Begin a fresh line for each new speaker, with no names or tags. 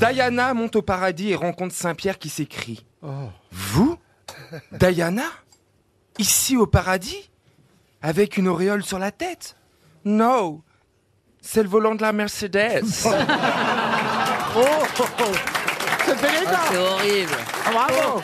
Diana monte au paradis et rencontre Saint-Pierre qui s'écrie. Vous Diana Ici au paradis Avec une auréole sur la tête No C'est le volant de la Mercedes
Oh, oh, oh. C'est élégant.
horrible.
Bravo.